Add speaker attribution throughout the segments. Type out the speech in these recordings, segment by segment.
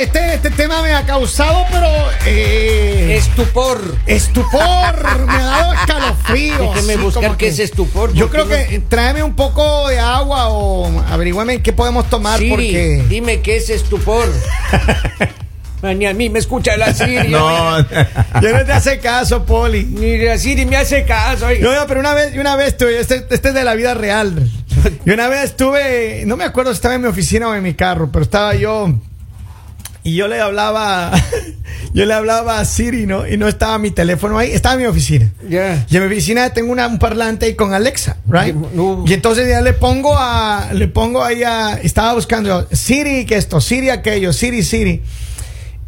Speaker 1: este, tema me ha causado, pero. eh,
Speaker 2: Estupor.
Speaker 1: estupor, me ha dado escalofrío.
Speaker 2: Déjeme
Speaker 1: así
Speaker 2: buscar
Speaker 1: como
Speaker 2: qué
Speaker 1: que-
Speaker 2: es estupor.
Speaker 1: Yo
Speaker 2: porque
Speaker 1: creo que tráeme un poco de agua o averigüeme qué podemos tomar
Speaker 2: Siri,
Speaker 1: porque.
Speaker 2: dime qué es estupor. Ah, Ni a mí me escucha la Siri.
Speaker 3: No.
Speaker 1: Ya no te hace caso, Poli.
Speaker 2: Ni la Siri me hace caso. oiga.
Speaker 1: No, no, pero una vez, y una vez tuve, este, este es de la vida real. Y una vez estuve, no me acuerdo si estaba en mi oficina o en mi carro, pero estaba yo y yo le hablaba, yo le hablaba a Siri, ¿no? Y no estaba mi teléfono ahí, estaba en mi oficina.
Speaker 2: Ya.
Speaker 1: Y en mi oficina tengo una, un parlante ahí con Alexa, right?
Speaker 2: No.
Speaker 1: Y entonces ya le pongo a, le pongo ahí a, estaba buscando Siri que esto, Siri aquello, Siri Siri.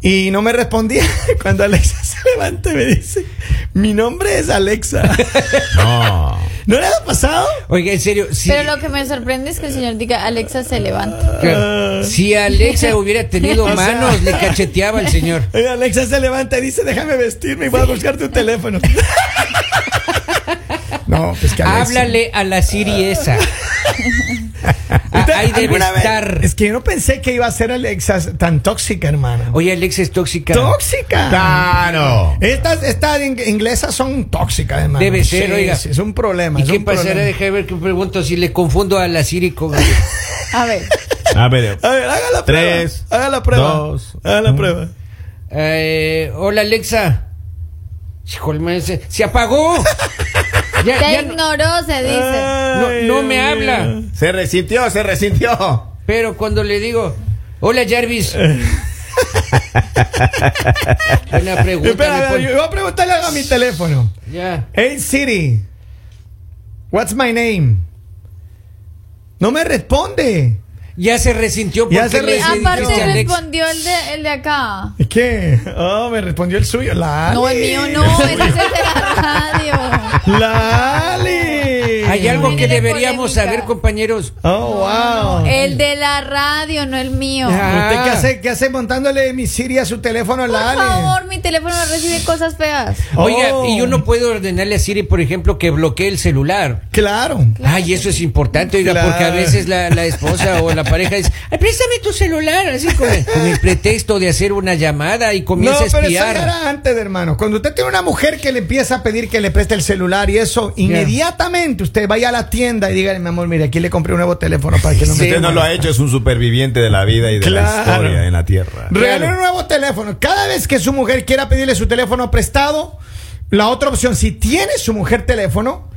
Speaker 1: Y no me respondía cuando Alexa se levanta y me dice, mi nombre es Alexa.
Speaker 3: No.
Speaker 1: ¿No le ha pasado?
Speaker 2: Oiga, en serio. Si,
Speaker 4: Pero lo que me sorprende es que el señor diga Alexa se levanta.
Speaker 2: que- si Alexa hubiera tenido
Speaker 1: O sea-
Speaker 2: manos, le cacheteaba al señor.
Speaker 1: Y Alexa se levanta y dice, déjame vestirme y voy a buscar tu teléfono. no, pues que Alexa-
Speaker 2: Háblale a la Siri esa. Ah,
Speaker 1: Usted
Speaker 2: ahí debe
Speaker 1: alguna vez-
Speaker 2: estar.
Speaker 1: Es que yo no pensé que iba a ser Alexa tan tóxica, hermana.
Speaker 2: Oye, Alexa es tóxica.
Speaker 1: tóxica.
Speaker 3: Claro.
Speaker 1: Estas, estas ing- inglesas son tóxicas, hermano.
Speaker 2: Debe ser,
Speaker 1: Sí,
Speaker 2: oiga.
Speaker 1: sí, es un problema.
Speaker 2: ¿Y
Speaker 1: es
Speaker 2: qué
Speaker 1: un
Speaker 2: pasará?
Speaker 1: problema.
Speaker 2: Deja ver que pregunto si le confundo a la Siri con.
Speaker 4: A ver,
Speaker 3: A ver.
Speaker 1: A ver, haga la prueba.
Speaker 3: Tres,
Speaker 1: haga la prueba.
Speaker 3: dos,
Speaker 1: haga la
Speaker 3: uno.
Speaker 1: prueba.
Speaker 2: Eh, hola, Alexa. Híjole, me dice, se apagó. Ya,
Speaker 4: te
Speaker 2: ya no,
Speaker 4: ignoró, se dice.
Speaker 2: no- no me habla.
Speaker 3: Se resintió, se resintió.
Speaker 2: Pero cuando le digo, hola, Jarvis. Buena pregunta.
Speaker 1: Espera,
Speaker 2: me
Speaker 1: a ver,
Speaker 2: pone.
Speaker 1: yo voy a preguntarle algo a mi teléfono.
Speaker 2: Ya.
Speaker 1: Hey Siri, what's my name? No me responde.
Speaker 2: Ya se resintió porque
Speaker 1: Ya se
Speaker 2: le
Speaker 1: resintió.
Speaker 2: dijiste a
Speaker 4: Aparte
Speaker 1: Alexa.
Speaker 4: respondió el de, el de acá.
Speaker 1: ¿Y ¿Qué? Oh, me respondió el suyo. La
Speaker 4: No,
Speaker 1: Ale.
Speaker 4: el mío no, ese es el de la radio.
Speaker 1: La Ale.
Speaker 2: Hay algo que
Speaker 4: Viene de
Speaker 2: deberíamos
Speaker 4: polémica.
Speaker 2: saber, compañeros.
Speaker 1: Oh, wow.
Speaker 4: El de la radio, no el mío.
Speaker 2: Ya.
Speaker 1: ¿Usted
Speaker 3: Ah.
Speaker 1: qué hace, qué hace montándole mi Siri a su teléfono,
Speaker 4: Por
Speaker 1: la Ale?
Speaker 4: favor, mi teléfono no recibe cosas feas.
Speaker 1: Oh.
Speaker 2: Oiga, y yo no puedo ordenarle a Siri, por ejemplo, que bloquee el celular.
Speaker 1: Claro.
Speaker 2: Ay, eso es importante, oiga,
Speaker 1: Claro.
Speaker 2: porque a veces la, la esposa o la pareja dice, ay, préstame tu celular, así con, con el pretexto de hacer una llamada y
Speaker 1: No,
Speaker 2: comienza a
Speaker 1: pero eso ya
Speaker 2: espiar.
Speaker 1: era antes, hermano. Cuando usted tiene una mujer que le empieza a pedir que le preste el celular y eso, inmediatamente usted vaya a la tienda y dígale, mi amor, mire, aquí le compré un nuevo teléfono para que no
Speaker 2: Sí,
Speaker 1: me...
Speaker 3: Usted no lo ha hecho, es un superviviente de la vida y de la
Speaker 1: Claro.
Speaker 3: historia en la tierra.
Speaker 1: Regale
Speaker 2: Claro.
Speaker 1: un nuevo teléfono. Cada vez que su mujer quiera pedirle su teléfono prestado, la otra opción, si tiene su mujer teléfono,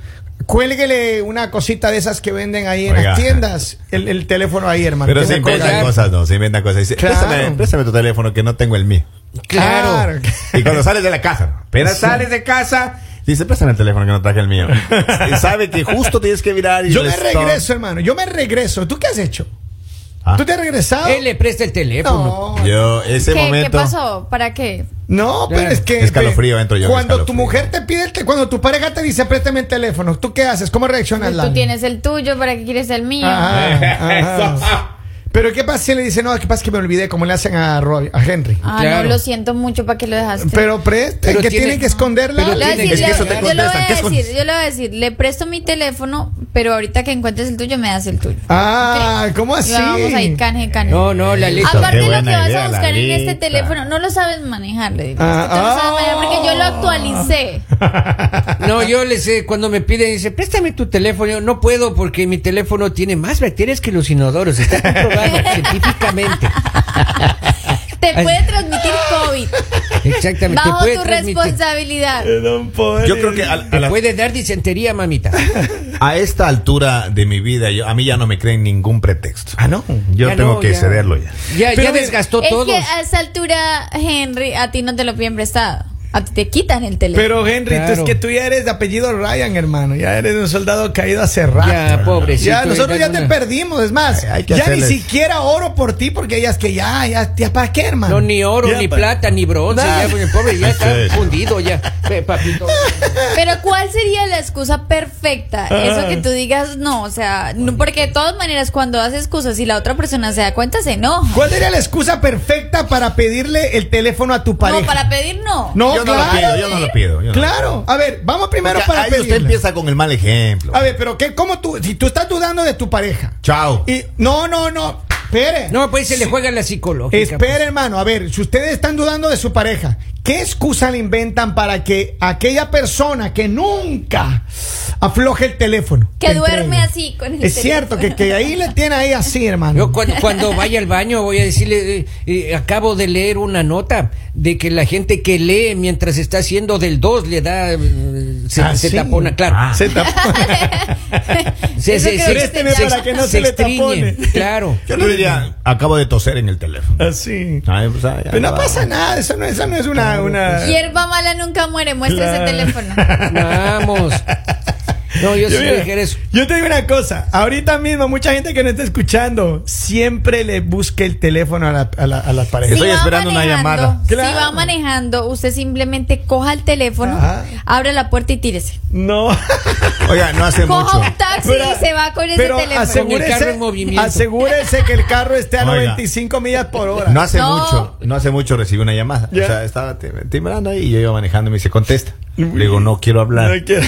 Speaker 1: cuélguele una cosita de esas que venden ahí en
Speaker 3: Oiga.
Speaker 1: las tiendas, el, el teléfono ahí, hermano.
Speaker 3: Pero
Speaker 1: Tiene
Speaker 3: se
Speaker 1: colgado.
Speaker 3: inventan
Speaker 2: colgar.
Speaker 3: cosas, no, se inventan cosas. Dice,
Speaker 1: Claro.
Speaker 3: préstame, préstame tu teléfono que no tengo el mío.
Speaker 2: Claro.
Speaker 3: Y cuando sales de la casa, ¿no? apenas sales de casa, dice, préstame el teléfono que no traje el mío. Y sabe que justo tienes que mirar y
Speaker 1: Yo
Speaker 3: le
Speaker 1: me
Speaker 3: stop.
Speaker 1: regreso, hermano. Yo me regreso. ¿Tú qué has hecho?
Speaker 3: Ah.
Speaker 1: ¿Tú te has regresado?
Speaker 2: Él le presta el teléfono.
Speaker 1: No,
Speaker 3: Yo, ese
Speaker 4: ¿Qué, qué
Speaker 3: momento.
Speaker 4: pasó? ¿para qué?
Speaker 1: no, pero es que.
Speaker 3: Escalofrío entro yo,
Speaker 1: Cuando tu
Speaker 3: escalofrío.
Speaker 1: mujer te pide, el te- cuando tu pareja te dice, préstame el teléfono, ¿tú qué haces? ¿Cómo reaccionas? Ah,
Speaker 4: Tú
Speaker 1: Lalo?
Speaker 4: tienes el tuyo, ¿para qué quieres el mío?
Speaker 1: Ajá, ajá. ah. Pero ¿qué pasa si le dice, no, qué pasa que me olvidé, como le hacen a, Rob- a Henry?
Speaker 4: Ah, este.
Speaker 2: Claro.
Speaker 4: no, lo siento mucho, ¿para qué lo dejaste?
Speaker 1: Pero preste,
Speaker 2: Pero
Speaker 1: que
Speaker 2: tiene-
Speaker 1: tienen que esconderla.
Speaker 2: pero
Speaker 4: Le voy a
Speaker 2: tiene que-
Speaker 4: decir,
Speaker 3: Es que eso te
Speaker 4: le- yo le voy
Speaker 3: contestan,
Speaker 4: a
Speaker 3: ¿qué es con-
Speaker 4: decir, yo le voy a decir, le presto mi teléfono, pero ahorita que encuentres el tuyo, me das el tuyo.
Speaker 1: Ah,
Speaker 4: Ok.
Speaker 1: ¿cómo
Speaker 4: Y
Speaker 1: así?
Speaker 4: Vamos a ir canje, canje.
Speaker 2: No, no, la lista.
Speaker 4: Aparte
Speaker 3: Qué
Speaker 4: lo que
Speaker 3: buena
Speaker 4: vas
Speaker 3: idea,
Speaker 4: a buscar en este
Speaker 3: Lalita.
Speaker 4: teléfono, no lo sabes manejar, le digo.
Speaker 1: Ah,
Speaker 4: Tú no lo sabes
Speaker 1: ah.
Speaker 4: manejar porque yo lo actualicé.
Speaker 2: No, yo le sé, cuando me piden, dice, préstame tu teléfono, yo, no puedo porque mi teléfono tiene más bacterias que los inodoros, está comprobado científicamente.
Speaker 4: Te
Speaker 2: Ay.
Speaker 4: puede transmitir COVID
Speaker 2: Exactamente.
Speaker 4: bajo
Speaker 2: puede
Speaker 4: tu
Speaker 2: transmitir-
Speaker 4: responsabilidad.
Speaker 3: Yo creo que a, a
Speaker 2: te
Speaker 3: la-
Speaker 2: puede dar disentería, mamita.
Speaker 3: a esta altura de mi vida, yo, a mí ya no me creen ningún pretexto.
Speaker 1: Ah, no.
Speaker 3: Yo
Speaker 2: Ya
Speaker 3: tengo
Speaker 2: no,
Speaker 3: que
Speaker 2: ya.
Speaker 3: cederlo ya.
Speaker 2: Ya,
Speaker 1: Pero
Speaker 2: ya
Speaker 1: mire,
Speaker 2: desgastó
Speaker 4: es
Speaker 2: todo.
Speaker 4: que a esa altura, Henry, a ti no te lo piden prestado. A ti te quitan el teléfono.
Speaker 1: Pero Henry, tú es
Speaker 2: Claro.
Speaker 1: que tú ya eres de apellido Ryan, hermano. Ya eres un soldado caído hace rato.
Speaker 2: Ya, pobrecito.
Speaker 1: Ya, nosotros ya
Speaker 2: oiga,
Speaker 1: te
Speaker 2: no.
Speaker 1: perdimos, es más,
Speaker 3: Ay, hay que
Speaker 1: ya ni
Speaker 3: hacerles-
Speaker 1: siquiera oro por ti porque ellas que ya, ya, ya para qué, hermano.
Speaker 2: No, ni oro,
Speaker 1: Ya
Speaker 2: ni
Speaker 1: pa-
Speaker 2: plata, ni bronce.
Speaker 1: Nada.
Speaker 2: Ya, pues, el pobre ya
Speaker 3: Sí.
Speaker 2: está fundido ya. Ve, papito.
Speaker 4: Pero ¿cuál sería la excusa perfecta? Eso que tú digas, no, o sea, no, porque de todas maneras cuando das excusas y la otra persona se da cuenta, se enoja.
Speaker 1: ¿Cuál sería la excusa perfecta para pedirle el teléfono a tu pareja?
Speaker 4: No, para pedir no.
Speaker 1: No,
Speaker 3: yo no
Speaker 1: Oh, claro.
Speaker 3: lo pido, yo no lo pido. yo no lo
Speaker 1: Claro. A ver, vamos primero
Speaker 3: Porque
Speaker 1: para
Speaker 3: ahí usted
Speaker 1: pedirle.
Speaker 3: empieza con el mal ejemplo.
Speaker 1: A ver, pero ¿qué, ¿cómo tú? Si tú estás dudando de tu pareja.
Speaker 3: Chao.
Speaker 1: Y, no, no, no. espere.
Speaker 2: No, pues se le juega la pues. psicología.
Speaker 1: Espere, hermano, a ver, si ustedes están dudando de su pareja, ¿qué excusa le inventan para que aquella persona que nunca afloje el teléfono?
Speaker 4: Que
Speaker 1: te
Speaker 4: duerme
Speaker 1: entregue?
Speaker 4: así con el
Speaker 1: Es cierto, que, que ahí le tiene ahí así, hermano.
Speaker 2: Yo cuando, cuando vaya al baño voy a decirle, eh, eh, acabo de leer una nota de que la gente que lee mientras está haciendo del 2 le da, eh, se,
Speaker 1: Ah,
Speaker 2: se
Speaker 1: sí.
Speaker 2: tapona, claro.
Speaker 3: Ah.
Speaker 1: Se tapó.
Speaker 2: Se,
Speaker 4: Eso
Speaker 2: se-
Speaker 4: que
Speaker 2: se-
Speaker 4: présteme
Speaker 2: se-
Speaker 1: para que no
Speaker 2: se
Speaker 1: se le
Speaker 2: extriñe,
Speaker 1: tapone.
Speaker 2: Claro.
Speaker 3: Yo le diría, acabo de toser en el teléfono.
Speaker 1: así.
Speaker 3: Ay, pues, ay,
Speaker 1: Pero no
Speaker 3: ay,
Speaker 1: pasa nada, eso no, eso no es una... una...
Speaker 4: Hierba mala nunca muere, muestra
Speaker 1: Claro.
Speaker 4: ese teléfono.
Speaker 2: Vamos. No, yo sí
Speaker 1: mira,
Speaker 2: le dije eso.
Speaker 1: yo te digo una cosa, ahorita mismo mucha gente que no está escuchando siempre le busca el teléfono a, la- a la- a las parejas.
Speaker 3: Estoy esperando una
Speaker 4: manejando,
Speaker 3: llamada.
Speaker 4: Si va
Speaker 1: Claro.
Speaker 4: manejando, usted simplemente coja el teléfono,
Speaker 1: Ajá.
Speaker 4: abre la puerta y tírese.
Speaker 1: No.
Speaker 3: Oiga, no hace
Speaker 4: Coja
Speaker 3: mucho.
Speaker 4: un taxi y se va con ese
Speaker 1: pero
Speaker 4: teléfono.
Speaker 2: Con el carro en
Speaker 1: asegúrese,
Speaker 2: movimiento.
Speaker 1: asegúrese que el carro esté a
Speaker 3: Oiga.
Speaker 1: 95 millas por hora.
Speaker 3: No hace
Speaker 4: No.
Speaker 3: mucho, no hace mucho recibí una llamada.
Speaker 1: Ya.
Speaker 3: O sea, estaba tim- timbrando ahí y yo iba manejando y me dice, contesta. Le digo, no quiero hablar.
Speaker 1: No quiero.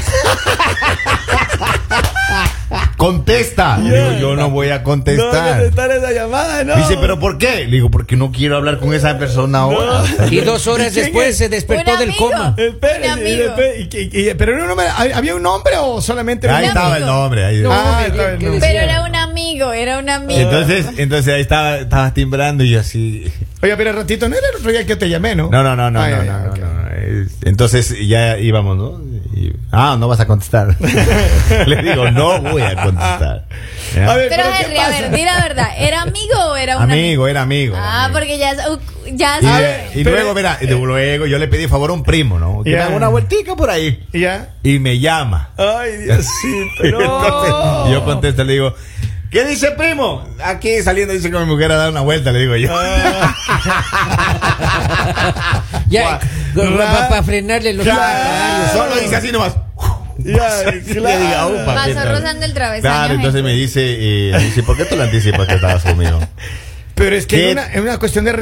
Speaker 3: ¡Contesta! Le digo, yo no voy a
Speaker 1: No voy a
Speaker 3: contestar.
Speaker 1: contestar esa llamada, no.
Speaker 3: Me dice, ¿pero por qué? Le digo, porque no quiero hablar con esa persona ahora.
Speaker 2: Y dos horas
Speaker 1: ¿Quién
Speaker 2: después
Speaker 1: es?
Speaker 2: se despertó
Speaker 4: Un
Speaker 2: del
Speaker 4: amigo.
Speaker 2: coma.
Speaker 1: Espere,
Speaker 4: Mi amigo.
Speaker 1: y después- y que- y- pero era un hombre- ¿había un hombre o solamente
Speaker 3: Ahí
Speaker 1: una-
Speaker 4: está.
Speaker 3: estaba el nombre. ahí-
Speaker 2: No,
Speaker 1: Ah,
Speaker 2: bien,
Speaker 1: está bien,
Speaker 2: ¿qué
Speaker 1: no.
Speaker 2: decía?
Speaker 4: Pero era un amigo, era un amigo.
Speaker 3: Entonces, entonces ahí estaba, estaba timbrando y yo así.
Speaker 1: Oye, pero ratito, no era el otro día que te llamé, ¿no?
Speaker 3: No, no, no, no,
Speaker 1: Ah,
Speaker 3: no,
Speaker 1: ya,
Speaker 3: no,
Speaker 1: ya, ok.
Speaker 3: no, no, es- Entonces ya íbamos, ¿no? Y- ah, no vas a contestar. Le digo, no voy a contestar. ¿Ya?
Speaker 1: A ver,
Speaker 4: Pero
Speaker 1: pero, ¿qué
Speaker 4: Henry, a
Speaker 1: pasa?
Speaker 4: ver, di la verdad, ¿era amigo o era un
Speaker 3: amigo, era amigo. era
Speaker 4: Ah,
Speaker 3: amigo.
Speaker 4: porque ya, uh, ya
Speaker 3: Y,
Speaker 1: A
Speaker 3: de-
Speaker 1: ver,
Speaker 3: y
Speaker 1: pero-
Speaker 3: luego, mira, y de- luego yo le pedí favor a un primo, ¿no? Que
Speaker 1: Ya.
Speaker 3: me haga una vueltica por ahí.
Speaker 1: ¿Y ya?
Speaker 3: Y me llama.
Speaker 1: Ay, Diosito, no.
Speaker 3: Entonces, yo contesto, le digo, ¿qué dice primo? Aquí saliendo dice que mi mujer ha dado una vuelta, le digo yo.
Speaker 2: Ya,
Speaker 1: Guau.
Speaker 2: para frenarle los
Speaker 1: Ya.
Speaker 3: Solo dice así nomás.
Speaker 1: Ya, claro.
Speaker 4: Pasó rozando el travesaño,
Speaker 3: Claro, entonces
Speaker 4: gente.
Speaker 3: me dice, eh, dice, ¿por qué tú le anticipas que estabas conmigo?
Speaker 1: Pero es que
Speaker 3: ¿Qué?
Speaker 1: es una, es una cuestión de
Speaker 3: Es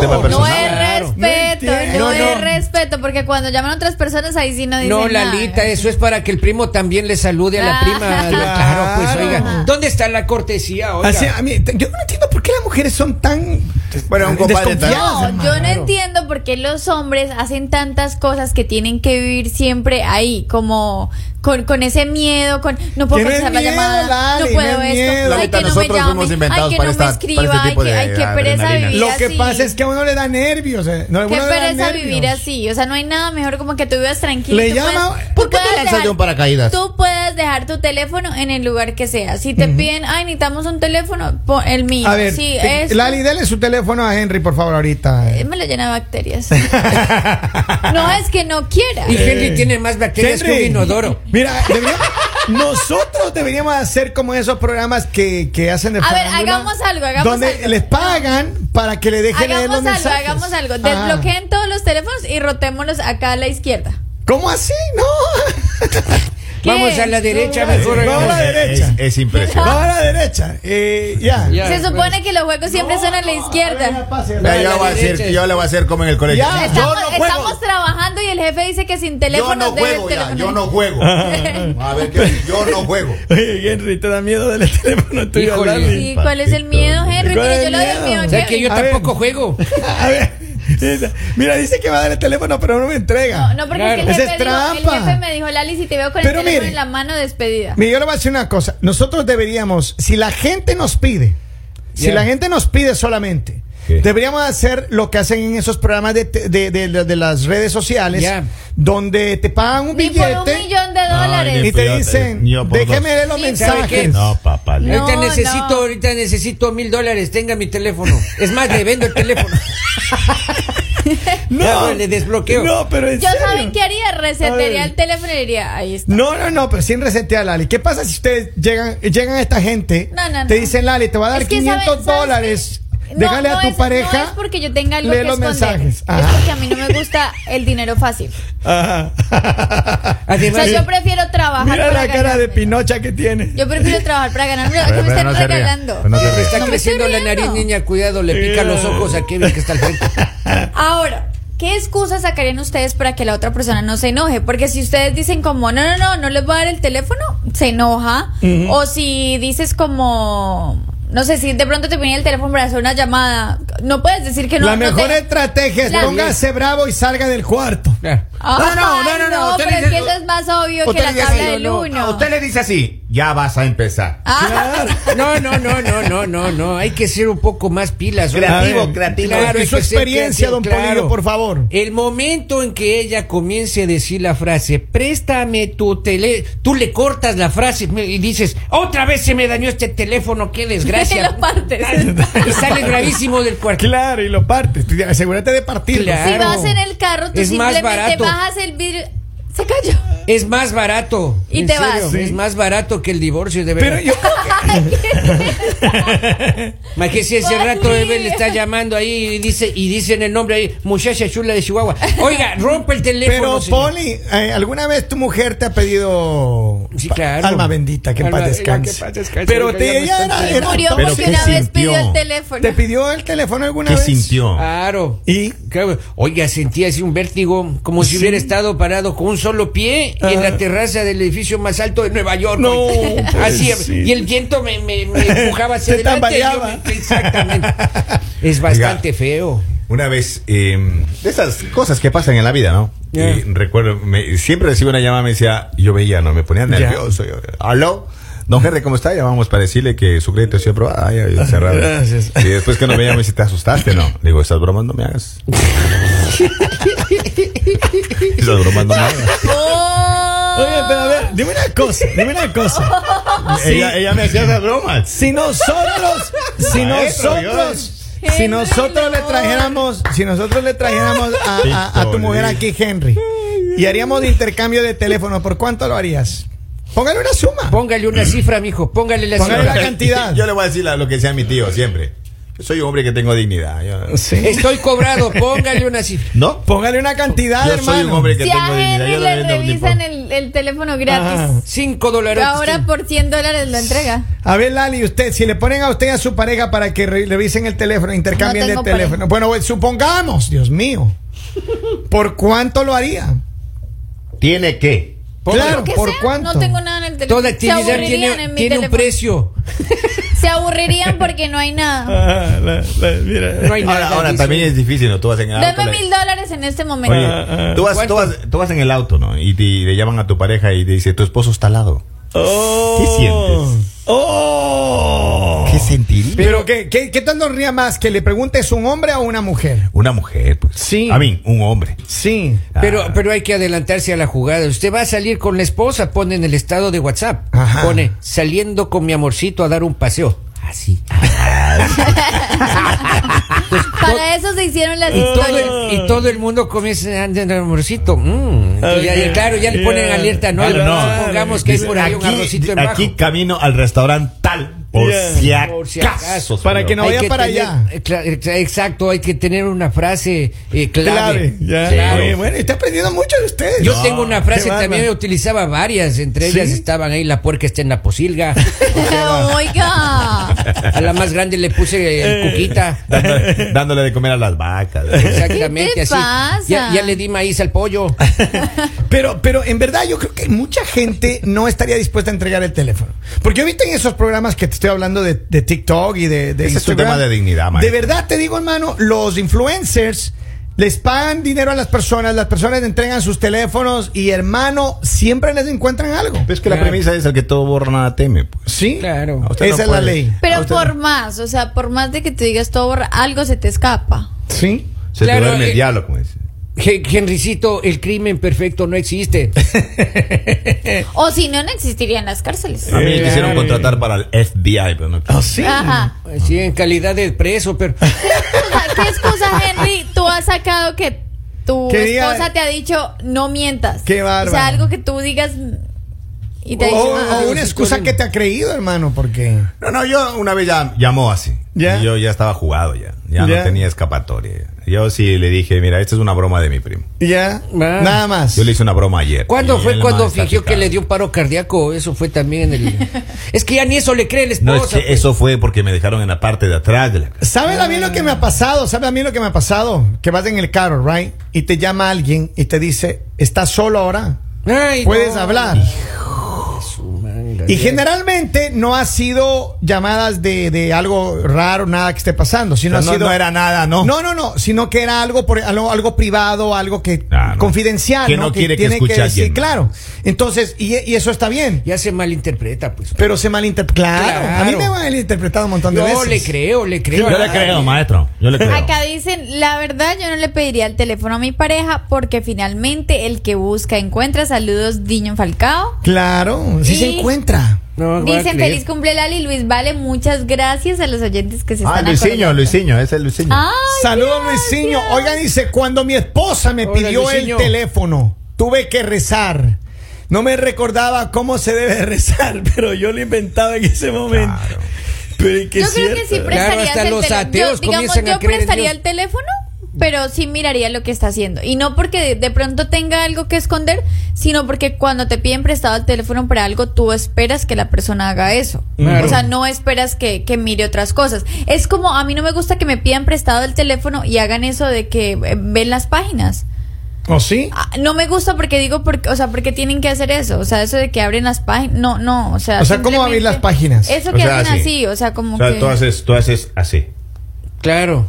Speaker 1: respeto.
Speaker 3: tema
Speaker 1: No,
Speaker 4: No
Speaker 3: personal.
Speaker 4: es
Speaker 2: Claro.
Speaker 4: respeto,
Speaker 1: No
Speaker 4: no,
Speaker 1: entiendo.
Speaker 2: No,
Speaker 4: es
Speaker 2: no.
Speaker 4: respeto, porque cuando llaman a otras personas ahí sí no dicen
Speaker 2: No,
Speaker 4: nada.
Speaker 2: Lalita, eso es para que el primo también le salude a la
Speaker 4: Ah,
Speaker 2: prima. Claro, pues
Speaker 1: claro.
Speaker 2: oiga, ¿dónde está la cortesía? Oiga?
Speaker 1: Así, a mí, t- yo no entiendo por qué las mujeres son tan
Speaker 3: Bueno, un compadre
Speaker 1: desconfiadas,
Speaker 4: No,
Speaker 1: hermano.
Speaker 4: yo no entiendo por qué los hombres hacen tantas cosas que tienen que vivir siempre ahí, como con, con ese miedo, con no puedo
Speaker 1: Tienes
Speaker 4: contestar la
Speaker 1: miedo,
Speaker 4: llamada,
Speaker 1: Lali,
Speaker 4: no puedo
Speaker 1: tienes
Speaker 4: esto,
Speaker 1: miedo.
Speaker 4: ay
Speaker 3: Lalita,
Speaker 4: que no me
Speaker 3: nosotros fuimos
Speaker 4: llame, ay
Speaker 3: inventados
Speaker 4: que no
Speaker 3: para
Speaker 4: me
Speaker 3: esta- para
Speaker 4: escriba,
Speaker 3: este
Speaker 4: ay
Speaker 3: tipo
Speaker 4: que,
Speaker 3: de
Speaker 4: ay, qué pereza
Speaker 3: adrenalina.
Speaker 4: vivir
Speaker 1: Lo
Speaker 4: así.
Speaker 1: que pasa es que a uno le da nervios. eh. No, a
Speaker 4: Qué
Speaker 1: uno le da
Speaker 4: pereza vivir
Speaker 1: nervios.
Speaker 4: así. O sea, no hay nada mejor como que tú vivas tranquilo.
Speaker 1: Le
Speaker 4: Tú
Speaker 1: llama-
Speaker 4: puedes-
Speaker 3: ¿Por
Speaker 4: tú
Speaker 3: qué te
Speaker 4: puedes
Speaker 3: lanzas
Speaker 4: dejar-
Speaker 3: de un paracaídas?
Speaker 4: Tú puedes dejar tu teléfono en el lugar que sea. Si te piden, ay, necesitamos un teléfono, pon el mío.
Speaker 1: A ver,
Speaker 4: Sí,
Speaker 1: te-
Speaker 4: es.
Speaker 1: Lali, dele su teléfono a Henry, por favor, ahorita.
Speaker 4: Eh, Me lo llena de bacterias. no es que no quiera. Eh,
Speaker 2: Y Henry tiene más bacterias que un
Speaker 1: eh, Henry,
Speaker 2: inodoro.
Speaker 1: Mira, deberíamos- nosotros deberíamos hacer como esos programas que, que hacen de
Speaker 4: A ver,
Speaker 1: farándula,
Speaker 4: hagamos algo, hagamos
Speaker 1: Donde
Speaker 4: algo.
Speaker 1: les pagan para que le dejen leer
Speaker 4: Hagamos
Speaker 1: los
Speaker 4: algo,
Speaker 1: mensajes.
Speaker 4: hagamos
Speaker 3: Ah.
Speaker 4: algo.
Speaker 1: Ajá.
Speaker 4: Desbloqueen todos los teléfonos y rotémoslos acá a la izquierda.
Speaker 1: Ah. ¿Cómo así? No.
Speaker 4: ¿Qué?
Speaker 2: Vamos a la derecha
Speaker 1: No,
Speaker 2: mejor.
Speaker 1: no,
Speaker 2: oiga.
Speaker 1: a la derecha.
Speaker 3: Es, es impresionante.
Speaker 1: Vamos a la derecha. Eh, ya.
Speaker 2: Ya.
Speaker 4: Se supone que los juegos siempre son a la izquierda.
Speaker 3: Mira,
Speaker 2: a
Speaker 3: yo,
Speaker 2: la
Speaker 3: voy a decir-
Speaker 2: derecha.
Speaker 3: yo le voy a hacer como en el colegio.
Speaker 1: Ya,
Speaker 3: yo
Speaker 4: Estamos,
Speaker 3: no juego.
Speaker 4: estamos trabajando y el jefe dice que sin
Speaker 3: yo
Speaker 4: teléfonos
Speaker 3: no
Speaker 4: debe
Speaker 3: juego,
Speaker 4: el
Speaker 3: ya,
Speaker 4: Este teléfono.
Speaker 3: yo no juego. A ver, ¿qué? yo no juego.
Speaker 1: Oye, Henry, te da miedo del teléfono tuyo.
Speaker 2: Híjole.
Speaker 1: Lali.
Speaker 4: Sí, ¿cuál es el
Speaker 3: Papito.
Speaker 4: miedo, Henry?
Speaker 1: ¿Cuál
Speaker 4: Mire,
Speaker 1: es
Speaker 4: yo
Speaker 1: el
Speaker 4: lo del
Speaker 1: miedo?
Speaker 4: miedo.
Speaker 2: O
Speaker 4: ¿qué?
Speaker 2: sea que yo
Speaker 1: A ver.
Speaker 2: tampoco juego.
Speaker 1: A ver, dice, mira, dice que va a dar el teléfono, pero no me entrega.
Speaker 4: No, no, porque es que el,
Speaker 2: Claro.
Speaker 4: jefe
Speaker 1: Esa es
Speaker 4: dijo- el
Speaker 1: trampa.
Speaker 4: jefe me dijo, Lali, si te veo con
Speaker 1: Pero
Speaker 4: el teléfono
Speaker 1: mire.
Speaker 4: en la mano, despedida.
Speaker 1: Mira, yo le voy a decir una cosa. Nosotros deberíamos, si la gente nos pide, si
Speaker 2: Ya.
Speaker 1: la gente nos pide solamente,
Speaker 3: ¿Qué?
Speaker 1: deberíamos hacer lo que hacen en esos programas de, te- de, de- de- de las redes sociales,
Speaker 2: Ya.
Speaker 1: donde te pagan un
Speaker 4: Ni por un
Speaker 1: billete
Speaker 4: millón de dólares.
Speaker 1: y te
Speaker 3: Yo-
Speaker 1: dicen,
Speaker 3: yo por
Speaker 1: déjeme
Speaker 3: dos".
Speaker 1: leer los
Speaker 4: Sí,
Speaker 2: ¿sabe qué?
Speaker 1: mensajes.
Speaker 3: No, papá. le-
Speaker 4: No.
Speaker 2: ahorita necesito,
Speaker 4: no.
Speaker 2: ahorita necesito mil dólares. Tenga mi teléfono. Es más, le vendo el teléfono. Ya, güey, le desbloqueo.
Speaker 1: No, pero en
Speaker 4: Yo
Speaker 1: serio.
Speaker 4: saben qué haría, resetearía
Speaker 1: A ver.
Speaker 4: el teléfono y diría, ahí está.
Speaker 1: No, no, no, pero sin resetear, Lali. ¿Qué pasa si ustedes llegan, llegan a esta gente?
Speaker 4: No, no,
Speaker 1: te
Speaker 4: no.
Speaker 1: dicen, Lali, te va a dar
Speaker 4: Es que,
Speaker 1: 500
Speaker 4: ¿sabe- sabes
Speaker 1: dólares.
Speaker 4: qué? No,
Speaker 1: Déjale
Speaker 4: no
Speaker 1: a tu
Speaker 4: es-
Speaker 1: pareja.
Speaker 4: No es porque yo tenga algo
Speaker 1: lee
Speaker 4: que
Speaker 1: los
Speaker 4: esconder.
Speaker 1: mensajes. Ah.
Speaker 4: Es
Speaker 1: Ajá.
Speaker 4: porque a mí no me gusta el dinero fácil.
Speaker 1: Ajá.
Speaker 4: O sea,
Speaker 2: Además,
Speaker 4: yo prefiero trabajar.
Speaker 1: Mira
Speaker 4: para
Speaker 1: la cara de
Speaker 4: ganarme.
Speaker 1: pinocha que tiene.
Speaker 4: Yo prefiero trabajar para ganar. Mira,
Speaker 3: A
Speaker 4: que
Speaker 3: ver,
Speaker 4: me
Speaker 3: pero
Speaker 4: están
Speaker 3: no se ría,
Speaker 4: regalando.
Speaker 3: pero no se ría.
Speaker 2: está
Speaker 4: No me estoy
Speaker 2: creciendo la
Speaker 4: riendo.
Speaker 2: nariz, niña. Cuidado, le pica
Speaker 1: Eh.
Speaker 2: los ojos a Kevin que está al frente.
Speaker 4: Ahora, ¿qué excusas sacarían ustedes para que la otra persona no se enoje? Porque si ustedes dicen como, no, no, no, no les voy a dar el teléfono, se enoja. O si dices como, No sé, si de pronto te viene el teléfono para hacer una llamada, no puedes decir que no.
Speaker 1: la
Speaker 4: no
Speaker 1: mejor
Speaker 4: te-
Speaker 1: estrategia es
Speaker 4: La-
Speaker 1: póngase bravo y salga del cuarto.
Speaker 2: Claro.
Speaker 4: Ah, Ay,
Speaker 3: no, no, no, no, usted
Speaker 4: pero
Speaker 3: dice-
Speaker 4: es que eso es más obvio que
Speaker 3: Usted
Speaker 4: la
Speaker 3: le dice
Speaker 4: tabla
Speaker 3: así,
Speaker 4: del
Speaker 3: no,
Speaker 4: uno.
Speaker 3: a Usted le dice así, ya vas a empezar.
Speaker 4: Ah,
Speaker 2: No, no, no, no, no, no, no. Hay que ser un poco más pilas.
Speaker 1: A ver,
Speaker 3: Creativo, creativo.
Speaker 1: claro,
Speaker 2: hay
Speaker 1: y su
Speaker 2: que ser
Speaker 1: experiencia,
Speaker 2: creativo,
Speaker 1: don Polillo, por favor.
Speaker 2: El momento en que ella comience a decir la frase, préstame tu tele, tú le cortas la frase y dices, otra vez se me dañó este teléfono, qué desgracia.
Speaker 4: Lo partes.
Speaker 2: Y sales gravísimo del cuarto.
Speaker 1: Claro, y lo partes. Asegúrate de partirlo.
Speaker 2: Claro.
Speaker 4: Si vas en el carro, tú
Speaker 2: Es más
Speaker 4: simplemente
Speaker 2: barato.
Speaker 4: bajas el vidrio. Se cayó.
Speaker 2: Es más barato.
Speaker 4: Y
Speaker 2: en
Speaker 4: te
Speaker 2: serio,
Speaker 4: vas. Sí.
Speaker 2: Es más barato que el divorcio, de verdad.
Speaker 1: Pero yo creo que-
Speaker 2: Imagínese ese
Speaker 4: Juan
Speaker 2: rato
Speaker 4: Luis.
Speaker 2: bebé le está llamando ahí y dice y dicen el nombre ahí, muchacha chula de Chihuahua. Oiga, rompe el teléfono.
Speaker 1: Pero
Speaker 2: señor.
Speaker 1: Poli, eh, ¿alguna vez tu mujer te ha pedido
Speaker 2: Sí,
Speaker 1: pa-
Speaker 2: claro.
Speaker 1: alma bendita, que en
Speaker 2: Alma-
Speaker 1: paz descanse?
Speaker 2: que en paz descanse,
Speaker 1: Pero
Speaker 2: oiga,
Speaker 1: te,
Speaker 2: ya no
Speaker 1: ella
Speaker 2: está
Speaker 1: era-
Speaker 2: bien.
Speaker 1: era-
Speaker 4: Murió
Speaker 3: ¿Pero
Speaker 4: porque
Speaker 3: qué
Speaker 4: una vez
Speaker 3: sintió?
Speaker 4: pidió el teléfono.
Speaker 1: ¿Te pidió el teléfono alguna
Speaker 3: ¿Qué
Speaker 1: vez?
Speaker 3: sintió?
Speaker 4: Ah.
Speaker 2: Claro.
Speaker 1: ¿Y?
Speaker 2: Claro. Oiga, sentí así un vértigo, como si
Speaker 1: Sí.
Speaker 2: hubiera estado parado con un solo pie en la
Speaker 1: Ajá.
Speaker 2: terraza del edificio más alto de Nueva York.
Speaker 1: No,
Speaker 2: oiga.
Speaker 1: pues,
Speaker 2: así,
Speaker 1: sí.
Speaker 2: y el viento me, me- me empujaba hacia
Speaker 1: Te
Speaker 2: adelante. y yo
Speaker 1: tambaleaba.
Speaker 2: me- exactamente. Es bastante feo.
Speaker 3: Una vez, eh, de esas cosas que pasan en la vida, ¿no?
Speaker 2: Ya.
Speaker 3: Y recuerdo, me- siempre recibo una llamada, me decía, yo veía, no, me ponía
Speaker 1: Ya.
Speaker 3: nervioso. yo, Aló, don Henry, ¿cómo está? Llamamos para decirle que su crédito ha sido aprobado. Ay, ay, cerrado.
Speaker 1: Gracias.
Speaker 3: Y después que no me llamas, te asustaste, ¿no? Le digo, estás bromando, me hagas. estás bromando, me hagas.
Speaker 4: ¡Oh!
Speaker 1: Oye, pero a ver, dime una cosa, dime una cosa. Sí.
Speaker 3: Ella, ella me hacía esas bromas.
Speaker 1: Si nosotros, si
Speaker 3: Maestro,
Speaker 1: nosotros,
Speaker 4: Dios.
Speaker 1: si nosotros le
Speaker 4: Henry, no.
Speaker 1: trajéramos, si nosotros le trajéramos a, a- a tu mujer aquí, Henry, y haríamos intercambio de teléfono, ¿por cuánto lo harías? Póngale una suma.
Speaker 2: Póngale una cifra, mijo. Póngale la
Speaker 1: Mm. Póngale
Speaker 2: cifra.
Speaker 1: la cantidad.
Speaker 3: Yo le voy a decir la- lo que decía mi tío siempre. Yo soy un hombre que tengo dignidad. yo-
Speaker 1: Sí.
Speaker 2: Estoy cobrado, póngale una cifra.
Speaker 3: ¿No?
Speaker 1: Póngale una cantidad,
Speaker 3: Yo
Speaker 1: hermano.
Speaker 3: soy un hombre que
Speaker 4: Si
Speaker 3: tengo
Speaker 4: a
Speaker 3: dignidad.
Speaker 4: Henry
Speaker 3: yo no
Speaker 4: le
Speaker 3: vendo uniforme.
Speaker 4: revisan el, el teléfono
Speaker 1: Ajá.
Speaker 4: gratis,
Speaker 2: 5 dólares.
Speaker 4: ahora por 100 dólares lo entrega.
Speaker 1: A ver, Lali, usted, si le ponen a usted y a su pareja para que re- revisen el teléfono, intercambien
Speaker 4: No
Speaker 1: el
Speaker 4: tengo
Speaker 1: teléfono. Bueno, pues, supongamos, Dios mío, ¿por cuánto lo haría?
Speaker 3: Tiene que.
Speaker 2: Póngale.
Speaker 1: Claro.
Speaker 4: ¿Qué
Speaker 1: ¿Por
Speaker 4: sea?
Speaker 1: cuánto?
Speaker 4: No tengo nada en el teléfono.
Speaker 2: Toda actividad
Speaker 4: Se aburrirían
Speaker 2: tiene,
Speaker 4: en mi
Speaker 2: tiene un
Speaker 4: teléfono.
Speaker 2: precio.
Speaker 4: Se aburrirían porque no hay nada.
Speaker 2: No hay
Speaker 3: Ahora,
Speaker 2: nada,
Speaker 3: ahora
Speaker 2: dice.
Speaker 3: también es difícil, ¿no? Tú vas en
Speaker 2: Ah,
Speaker 3: el auto.
Speaker 4: Dame
Speaker 3: le-
Speaker 4: mil dólares en este momento.
Speaker 3: Oye, tú vas,
Speaker 2: ¿Cuánto?
Speaker 3: tú, vas, tú vas en el auto, ¿no? Y, te- y le llaman a tu pareja y te dice, tu esposo está al lado. ¿Qué sientes?
Speaker 1: ¡Oh!
Speaker 3: ¿Qué sentirías?
Speaker 1: ¿Pero qué, qué, qué tanto ría más? ¿Que le preguntes un hombre o una mujer?
Speaker 3: Una mujer, pues.
Speaker 1: Sí.
Speaker 3: A mí, un hombre.
Speaker 1: Sí.
Speaker 2: Pero,
Speaker 3: Ah.
Speaker 2: pero hay que adelantarse a la jugada. Usted va a salir con la esposa, pone en el estado de WhatsApp.
Speaker 1: Ajá.
Speaker 2: Pone saliendo con mi amorcito a dar un paseo. Así.
Speaker 4: Para eso se hicieron las
Speaker 2: Y todo el,
Speaker 4: historias.
Speaker 2: y todo el mundo comienza a andar el amorcito. Mm. Y ya- y claro, ya le ponen
Speaker 1: Yeah.
Speaker 2: alerta. No,
Speaker 3: eh, Claro,
Speaker 2: no,
Speaker 3: no.
Speaker 2: supongamos que hay
Speaker 3: Dice,
Speaker 2: por ahí un
Speaker 3: aquí,
Speaker 2: arrocito en bajo.
Speaker 3: aquí camino al restaurante tal, por,
Speaker 1: Yeah.
Speaker 3: si
Speaker 2: Por si
Speaker 3: acaso.
Speaker 2: acaso.
Speaker 1: Para
Speaker 3: señor.
Speaker 1: que no-
Speaker 2: Hay
Speaker 1: vaya para
Speaker 2: tener-
Speaker 1: allá.
Speaker 2: eh, cla- exa- Exacto, hay que tener una frase eh, clave.
Speaker 1: Clave. ya.
Speaker 2: Clave.
Speaker 1: Oye, bueno, está aprendiendo mucho de ustedes.
Speaker 2: Yo
Speaker 1: No,
Speaker 2: tengo una
Speaker 1: qué
Speaker 2: frase
Speaker 1: bárbaro.
Speaker 2: también, utilizaba varias, entre ellas
Speaker 1: ¿Sí?
Speaker 2: estaban ahí la puerca está en la posilga,
Speaker 4: Oiga.
Speaker 2: a la más grande le puse el
Speaker 3: Eh.
Speaker 2: cuquita.
Speaker 3: Dándole, dándole de comer a las vacas.
Speaker 2: Exactamente
Speaker 4: ¿Qué te
Speaker 2: así.
Speaker 4: pasa?
Speaker 2: Ya, ya le di maíz al pollo.
Speaker 1: Pero, pero en verdad yo creo que mucha gente no estaría dispuesta a entregar el teléfono. Porque yo ahorita en esos programas que te estoy hablando de, de TikTok y de, de
Speaker 3: Ese es un
Speaker 1: Instagram,
Speaker 3: tema de dignidad,
Speaker 1: De
Speaker 3: maestro.
Speaker 1: verdad te digo, hermano, los influencers les pagan dinero a las personas, las personas le entregan sus teléfonos y, hermano, siempre les encuentran algo.
Speaker 3: Pero es que la
Speaker 2: Claro.
Speaker 3: premisa es el que todo borra nada teme. Pues.
Speaker 1: Sí,
Speaker 2: Claro.
Speaker 3: A usted
Speaker 1: Esa
Speaker 3: no
Speaker 1: es la
Speaker 3: puede.
Speaker 1: ley.
Speaker 3: A
Speaker 4: Pero
Speaker 3: usted
Speaker 4: por
Speaker 3: no-
Speaker 4: más, o sea, por más de que te digas todo, borra- algo se te escapa.
Speaker 1: Sí.
Speaker 3: Se
Speaker 2: Claro,
Speaker 3: te duerme
Speaker 2: eh,
Speaker 3: el diablo, como dicen.
Speaker 2: Gen- Henricito, el crimen perfecto no existe.
Speaker 4: O si no, no existirían las cárceles.
Speaker 3: A mí me
Speaker 2: Eh,
Speaker 3: quisieron
Speaker 2: eh.
Speaker 3: contratar para el FBI, pero no.
Speaker 1: Ah, sí.
Speaker 4: Ajá.
Speaker 2: Sí, en calidad de preso, pero
Speaker 4: O sea, ¿Qué excusa, Henry, tú has sacado que tu
Speaker 1: Que diga-
Speaker 4: esposa te ha dicho no mientas?
Speaker 1: Qué bárbaro.
Speaker 4: O sea, algo que tú digas y te ha
Speaker 1: O,
Speaker 4: dicho
Speaker 1: o
Speaker 4: "Ah".
Speaker 1: una excusa que te ha creído, hermano, porque...
Speaker 3: No, no, yo una vez ya llamó así.
Speaker 1: ¿Ya?
Speaker 3: Y yo ya estaba jugado ya.
Speaker 1: Ya.
Speaker 3: Ya no tenía escapatoria. Yo sí le dije, mira, esta es una broma de mi primo.
Speaker 1: Ya,
Speaker 2: Ah.
Speaker 1: nada más.
Speaker 3: Yo le hice una broma ayer.
Speaker 2: ¿cuándo
Speaker 3: Y
Speaker 2: fue
Speaker 3: él
Speaker 2: cuando
Speaker 3: más
Speaker 2: fingió
Speaker 3: está
Speaker 2: que le
Speaker 3: picado.
Speaker 2: dio un paro cardíaco? Eso fue también en el... Es que ya ni eso le cree el esposo.
Speaker 3: No, es que eso fue porque me dejaron en la parte de atrás de la casa.
Speaker 1: ¿Sabes a mí lo que me ha pasado? ¿Sabes a mí lo que me ha pasado? Que vas en el carro, right? Y te llama alguien y te dice, ¿estás solo ahora? Puedes hablar.
Speaker 2: realidad.
Speaker 1: Y generalmente no ha sido llamadas de, de algo raro, nada que esté pasando, sino
Speaker 3: O sea,
Speaker 1: ha
Speaker 3: no,
Speaker 1: sido
Speaker 3: no era nada, ¿no?
Speaker 1: No, no, no, sino que era algo por- algo, algo privado, algo que
Speaker 3: Ah, no.
Speaker 1: confidencial,
Speaker 3: Que no quiere que
Speaker 1: tiene
Speaker 3: escuche a
Speaker 1: decir,
Speaker 3: alguien.
Speaker 1: claro. Entonces, y, y eso está bien,
Speaker 2: Ya se malinterpreta, pues.
Speaker 1: pero se malinterpreta. Claro,
Speaker 2: Claro.
Speaker 1: a mí me han malinterpretado un montón de
Speaker 2: Yo
Speaker 1: veces.
Speaker 2: le creo, le creo.
Speaker 3: Yo le creo, maestro. Yo le creo.
Speaker 4: Acá dicen, la verdad yo no le pediría el teléfono a mi pareja porque finalmente el que busca encuentra. Saludos, Diño Falcao.
Speaker 1: Claro, sí
Speaker 4: Y-
Speaker 1: se encuentra.
Speaker 2: No, voy a
Speaker 4: Dicen,
Speaker 2: creer.
Speaker 4: feliz cumple Lali Luis Vale. Muchas gracias a los oyentes que se
Speaker 3: Ah,
Speaker 4: están
Speaker 3: Luisinho,
Speaker 4: acordando. Ah,
Speaker 3: Luisinho, ese es Luisinho.
Speaker 4: Ay,
Speaker 1: Saludos
Speaker 4: gracias.
Speaker 1: Luisinho. Oigan, dice, cuando mi esposa me
Speaker 2: Hola,
Speaker 1: pidió
Speaker 2: Luisinho.
Speaker 1: el teléfono, tuve que rezar. No me recordaba cómo se debe rezar, pero yo lo inventaba en ese momento.
Speaker 3: Claro.
Speaker 1: Pero es que
Speaker 4: Yo
Speaker 1: es
Speaker 4: creo que
Speaker 1: cierto.
Speaker 4: sí prestaría
Speaker 2: hasta los ateos
Speaker 4: digamos,
Speaker 2: comienzan a
Speaker 4: yo
Speaker 2: creer en
Speaker 4: prestaría
Speaker 2: Dios.
Speaker 4: el teléfono, pero sí miraría lo que está haciendo. Y no porque de, de pronto tenga algo que esconder, sino porque cuando te piden prestado el teléfono para algo, tú esperas que la persona haga eso.
Speaker 2: Claro.
Speaker 4: O sea, no esperas que, que mire otras cosas. Es como a mí no me gusta que me pidan prestado el teléfono y hagan eso de que eh, ven las páginas.
Speaker 1: ¿O ¿Oh, sí?
Speaker 4: Ah, No me gusta porque digo, porque, o sea, porque tienen que hacer eso. O sea, eso de que abren las páginas. No, no, o sea.
Speaker 1: O sea, ¿cómo
Speaker 4: simplemente-
Speaker 1: abrir las páginas?
Speaker 4: Eso
Speaker 3: O
Speaker 4: que
Speaker 3: sea,
Speaker 4: hacen
Speaker 3: así.
Speaker 4: así, o sea, como
Speaker 3: O sea,
Speaker 4: que.
Speaker 3: tú haces, tú haces así.
Speaker 2: Claro.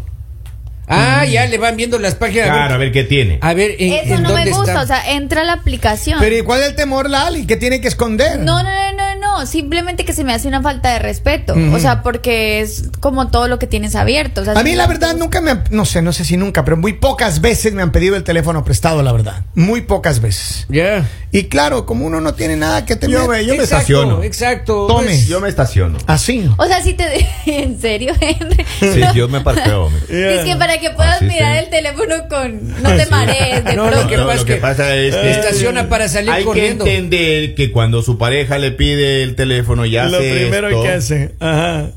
Speaker 2: Ah, ya le van viendo las páginas.
Speaker 3: Claro, a ver qué tiene.
Speaker 2: A ver, ¿en,
Speaker 4: Eso
Speaker 2: en
Speaker 4: no me
Speaker 2: dónde
Speaker 4: gusta,
Speaker 2: está?
Speaker 4: o sea, entra a la aplicación.
Speaker 1: Pero ¿y cuál es el temor, Lali? ¿Qué tiene que esconder?
Speaker 4: no, no, no, no, no, simplemente que se me hace una falta de respeto, o sea, porque es como todo lo que tienes abierto. o sea,
Speaker 1: A mí
Speaker 4: si
Speaker 1: la
Speaker 4: no-
Speaker 1: verdad nunca me han, no sé, no sé si nunca, pero muy pocas veces me han pedido el teléfono prestado, la verdad. Muy pocas veces.
Speaker 2: Ya.
Speaker 1: Y claro, como uno no tiene nada que temer.
Speaker 3: Yo me- yo-
Speaker 2: exacto,
Speaker 3: estaciono.
Speaker 2: Exacto.
Speaker 1: Tome.
Speaker 2: pues,
Speaker 3: Yo me estaciono.
Speaker 1: Así.
Speaker 4: O sea, si te... ¿En serio, Henry?
Speaker 3: Sí,
Speaker 4: No.
Speaker 3: yo me parqueo. hombre.
Speaker 4: Es que para que puedas
Speaker 3: Así
Speaker 4: mirar
Speaker 3: sí.
Speaker 4: el teléfono con... No te marees, Eh, de
Speaker 2: Ah, No,
Speaker 4: pronto.
Speaker 2: lo que pasa es que
Speaker 3: es
Speaker 2: estaciona para salir
Speaker 3: hay
Speaker 2: corriendo.
Speaker 3: que entender que cuando su pareja le pide el teléfono ya hace esto.
Speaker 1: hace. Ajá.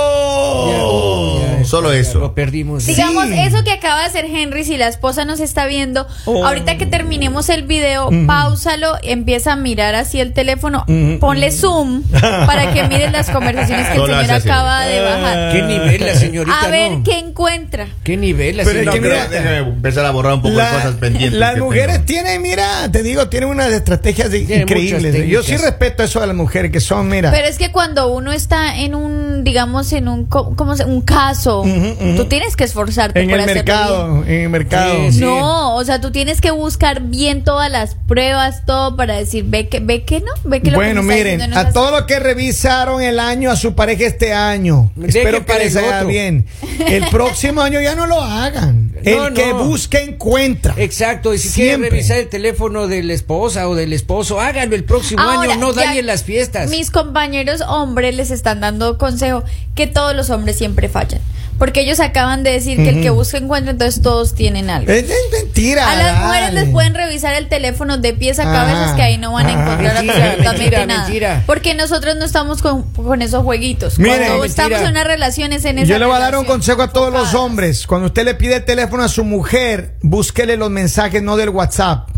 Speaker 1: ¡Oh!
Speaker 2: ya, ya, ya,
Speaker 3: Solo
Speaker 2: ya,
Speaker 3: eso.
Speaker 2: Lo perdimos.
Speaker 1: Sí.
Speaker 4: Digamos, eso que acaba de hacer Henry, si la esposa nos está viendo,
Speaker 1: Oh.
Speaker 4: ahorita que terminemos el video,
Speaker 1: Ujú.
Speaker 4: pausalo, empieza a mirar así el teléfono,
Speaker 1: Ujú.
Speaker 4: ponle zoom para que mires las conversaciones que el
Speaker 3: No lo
Speaker 4: señor
Speaker 3: hace así.
Speaker 4: acaba
Speaker 1: Eh,
Speaker 4: de bajar.
Speaker 2: ¿Qué nivel la señorita?
Speaker 4: A ver
Speaker 2: no?
Speaker 4: qué encuentra.
Speaker 2: ¿Qué nivel la
Speaker 1: Pero es
Speaker 3: No,
Speaker 1: que
Speaker 2: señorita?
Speaker 3: pero
Speaker 1: mira-
Speaker 3: déjame empezar a borrar un poco de cosas pendientes.
Speaker 1: las
Speaker 3: que
Speaker 1: mujeres
Speaker 3: tengo.
Speaker 1: tienen, mira, te digo, tienen unas estrategias de-
Speaker 2: Tienen muchas
Speaker 1: increíbles. ¿eh? Yo sí
Speaker 2: técnicas.
Speaker 1: respeto eso de las mujeres que son, mira.
Speaker 4: Pero es que cuando uno está en un, digamos, en un, co- ¿cómo se- un caso,
Speaker 1: Ujú, ujú.
Speaker 4: tú tienes que esforzarte
Speaker 1: en
Speaker 4: por
Speaker 1: el
Speaker 4: hacerlo bien.
Speaker 1: mercado, en el mercado.
Speaker 2: Sí, sí.
Speaker 4: No, o sea, tú tienes que buscar bien todas las pruebas, todo para decir, ve que, ve que no, ve que lo que
Speaker 1: Bueno,
Speaker 4: me está
Speaker 1: miren,
Speaker 4: diciendo no es
Speaker 1: a
Speaker 4: así.
Speaker 1: todos los que revisaron el año a su pareja este año,
Speaker 2: Dejen
Speaker 1: espero que
Speaker 2: para
Speaker 1: les
Speaker 2: el
Speaker 1: haga
Speaker 2: otro.
Speaker 1: bien. El próximo año ya no lo hagan. El
Speaker 2: No,
Speaker 1: que
Speaker 2: no.
Speaker 1: busca encuentra.
Speaker 2: Exacto, y si
Speaker 1: Siempre.
Speaker 2: quiere revisar el teléfono de la esposa o del esposo, hágalo el próximo
Speaker 4: Ahora,
Speaker 2: año, no
Speaker 4: ya
Speaker 2: dañen las fiestas.
Speaker 4: Mis compañeros hombres les están dando consejo que todos los hombres siempre fallan. Porque ellos acaban de decir que el que busca encuentra, entonces todos tienen algo.
Speaker 1: Es, es mentira.
Speaker 4: a las
Speaker 1: dale.
Speaker 4: mujeres les pueden revisar el teléfono de pies a
Speaker 1: Ah,
Speaker 4: cabezas que ahí no van a
Speaker 1: ah.
Speaker 4: encontrar
Speaker 2: Mentira,
Speaker 4: absolutamente
Speaker 2: mentira,
Speaker 4: nada.
Speaker 2: mentira.
Speaker 4: Porque nosotros no estamos con, con esos jueguitos.
Speaker 1: Miren,
Speaker 4: Cuando
Speaker 1: mentira.
Speaker 4: estamos en una relación es en esa
Speaker 1: Yo le voy a dar un
Speaker 4: relación
Speaker 1: consejo a todos los
Speaker 4: enfocadas.
Speaker 1: hombres. Cuando usted le pide el teléfono a su mujer, búsquele los mensajes, no del WhatsApp.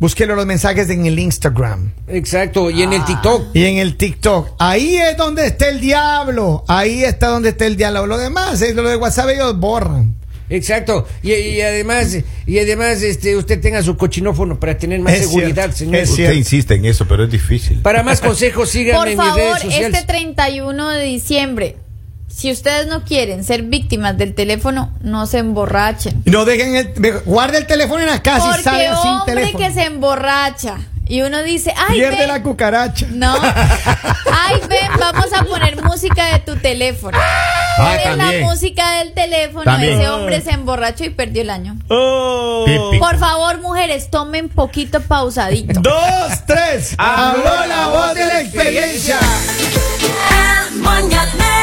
Speaker 1: Búsquele los mensajes en el Instagram
Speaker 2: Exacto, y en el TikTok.
Speaker 1: y en el TikTok. Ahí es donde está el diablo. Ahí está donde está el diablo. Lo demás, es lo de WhatsApp ellos borran.
Speaker 2: Exacto, y, y además, y además este usted tenga su cochinófono para tener más
Speaker 1: Es
Speaker 2: seguridad,
Speaker 1: cierto,
Speaker 2: señor.
Speaker 1: es
Speaker 3: Usted
Speaker 1: cierto.
Speaker 3: insiste en eso, pero es difícil.
Speaker 2: Para más consejos, síganme
Speaker 4: Por
Speaker 2: en mis
Speaker 4: favor,
Speaker 2: redes sociales.
Speaker 4: este 31 de diciembre, si ustedes no quieren ser víctimas del teléfono, no se emborrachen.
Speaker 1: No dejen el, guarde el teléfono en la casa y
Speaker 4: Porque
Speaker 1: salgan sin
Speaker 4: hombre
Speaker 1: teléfono.
Speaker 4: que se emborracha y uno dice, ay,
Speaker 1: Pierde
Speaker 4: ven,
Speaker 1: la cucaracha.
Speaker 4: no, ay, ven, vamos a poner música de tu teléfono.
Speaker 1: Ah,
Speaker 4: Pones
Speaker 3: también.
Speaker 4: la música del teléfono,
Speaker 3: También.
Speaker 4: ese hombre se emborrachó y perdió el año.
Speaker 3: Típico.
Speaker 4: Por favor, mujeres, tomen poquito pausadito.
Speaker 1: Dos, tres. Habló la voz de la experiencia.
Speaker 5: El mañanero